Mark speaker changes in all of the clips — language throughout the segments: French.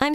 Speaker 1: I'm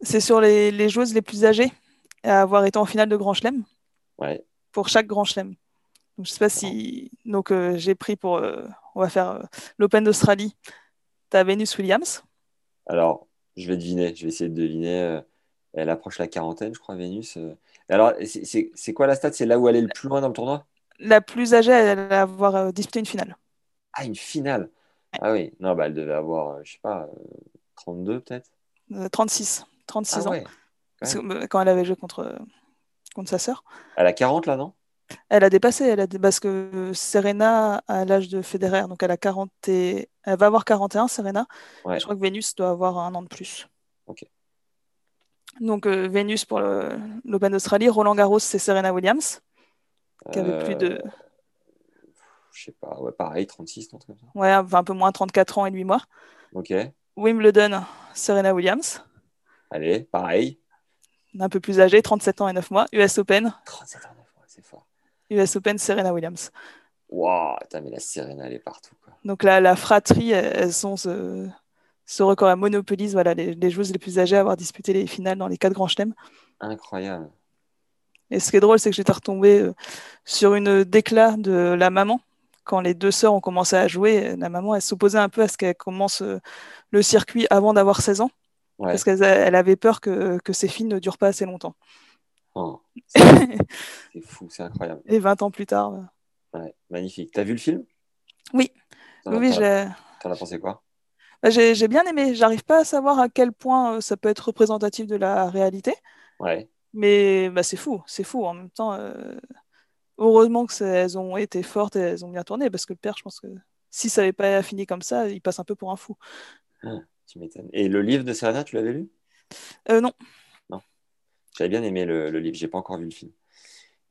Speaker 2: C'est sur les, les joueuses les plus âgées à avoir été en finale de Grand Chelem
Speaker 3: Ouais.
Speaker 2: pour chaque Grand Chelem. Donc, je sais pas si. Donc, euh, j'ai pris pour. euh, on va faire euh, l'Open d'Australie. T'as Venus Williams.
Speaker 3: Alors, je vais deviner, je vais essayer de deviner. euh, Elle approche la quarantaine, je crois, Vénus. euh. Alors, c'est- c'est c'est quoi la stat? C'est là où elle est le plus loin dans le tournoi?
Speaker 2: La plus âgée, elle va avoir euh, disputé une finale.
Speaker 3: Ah, une finale. Ah oui, non, bah, elle devait avoir, euh, je sais pas, euh, 32 peut-être.
Speaker 2: Euh, 36. 36
Speaker 3: Ah
Speaker 2: ans.
Speaker 3: ouais.
Speaker 2: Parce que, euh, quand elle avait joué contre, euh, contre sa sœur.
Speaker 3: Elle a 40 là, non?
Speaker 2: Elle a dépassé, elle a dé- parce que Serena a l'âge de Federer, donc elle a 40 et- elle va avoir 41, Serena.
Speaker 3: Ouais.
Speaker 2: Je crois que Vénus doit avoir un an de plus.
Speaker 3: Ok.
Speaker 2: Donc euh, Vénus pour le- l'Open d'Australie, Roland Garros, c'est Serena Williams, qui avait plus de,
Speaker 3: Euh, Je sais pas, ouais, pareil, 36, un truc comme ça.
Speaker 2: ouais, enfin, un peu moins, 34 ans et 8 mois.
Speaker 3: Ok,
Speaker 2: Wimbledon, Serena Williams,
Speaker 3: allez, pareil.
Speaker 2: un peu plus âgée, 37 ans et 9 mois. US Open,
Speaker 3: 37 en neuf, ouais, c'est fort.
Speaker 2: US Open, Serena Williams.
Speaker 3: Waouh, putain, mais la Serena, elle est partout, quoi.
Speaker 2: Donc là, la fratrie, elles elles ont ce, ce record, à monopolise voilà, les, les joueuses les plus âgées à avoir disputé les finales dans les quatre grands chelems.
Speaker 3: Incroyable.
Speaker 2: Et ce qui est drôle, c'est que j'étais retombée euh, sur une décla de la maman. Quand les deux sœurs ont commencé à jouer, euh, la maman, elle s'opposait un peu à ce qu'elle commence euh, le circuit avant d'avoir 16 ans,
Speaker 3: Ouais.
Speaker 2: parce qu'elle elle avait peur que, que ses filles ne durent pas assez longtemps.
Speaker 3: Oh, c'est fou, c'est incroyable.
Speaker 2: Et 20 ans plus tard. euh,
Speaker 3: Ouais, magnifique. T'as vu le film?
Speaker 2: Oui.
Speaker 3: T'en as-
Speaker 2: Oui, oui,
Speaker 3: t'en
Speaker 2: je
Speaker 3: as-
Speaker 2: l'ai-
Speaker 3: t'en as pensé quoi?
Speaker 2: bah, j'ai j'ai bien aimé. J'arrive pas à savoir à quel point euh, ça peut être représentatif de la réalité.
Speaker 3: Ouais,
Speaker 2: Mais bah, c'est fou, c'est fou. En même temps, euh, heureusement que c'est- elles ont été fortes et elles ont bien tourné, parce que le père, je pense que si ça n'avait pas fini comme ça, il passe un peu pour un fou.
Speaker 3: tu m'étonnes. Et le livre de Serena, tu l'avais lu?
Speaker 2: Euh, non,
Speaker 3: J'avais bien aimé le, le livre, j'ai pas encore vu le film.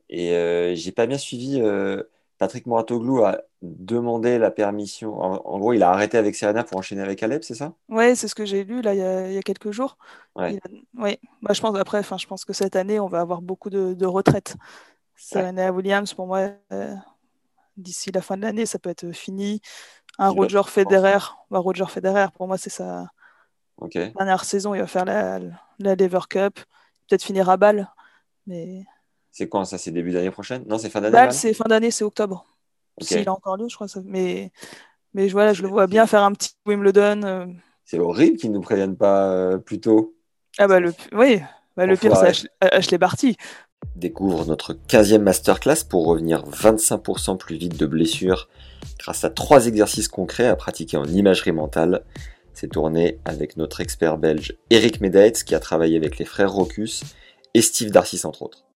Speaker 3: Et euh, j'ai pas bien suivi. euh, Patrick Mouratoglou a demandé la permission. En, en gros, il a arrêté avec Serena pour enchaîner avec Alep, c'est ça?
Speaker 2: ouais, c'est ce que j'ai lu là il y a, il y a quelques jours.
Speaker 3: Ouais.
Speaker 2: Il a- ouais. Bah, je pense après, enfin, je pense que cette année, on va avoir beaucoup de, de retraites. Serena Williams, pour moi, euh, d'ici la fin de l'année, ça peut être fini. Un
Speaker 3: Il va-
Speaker 2: Roger Federer, bah, Roger Federer, pour moi, c'est sa
Speaker 3: Ok.
Speaker 2: dernière saison. Il va faire la, la Lever Cup, peut-être finir à Bâle, mais.
Speaker 3: C'est quand ça? C'est début d'année prochaine? Non, c'est fin d'année.
Speaker 2: Bâle,
Speaker 3: Val
Speaker 2: c'est fin d'année, c'est octobre.
Speaker 3: Ok.
Speaker 2: S'il a encore lieu, je crois. Ça... Mais, mais voilà, je le
Speaker 3: C'est-
Speaker 2: vois bien faire un petit Wimbledon. euh,
Speaker 3: C'est horrible qu'ils nous préviennent pas euh, plus tôt.
Speaker 2: Ah bah le, oui, bah, le pire, c'est
Speaker 3: Enfoiré.
Speaker 2: Ash- Ashley Barty.
Speaker 3: Découvre notre 15e masterclass pour revenir 25% plus vite de blessures grâce à trois exercices concrets à pratiquer en imagerie mentale. C'est tourné avec notre expert belge Eric Medaitz qui a travaillé avec les frères Rocus et Steve Darcis entre autres.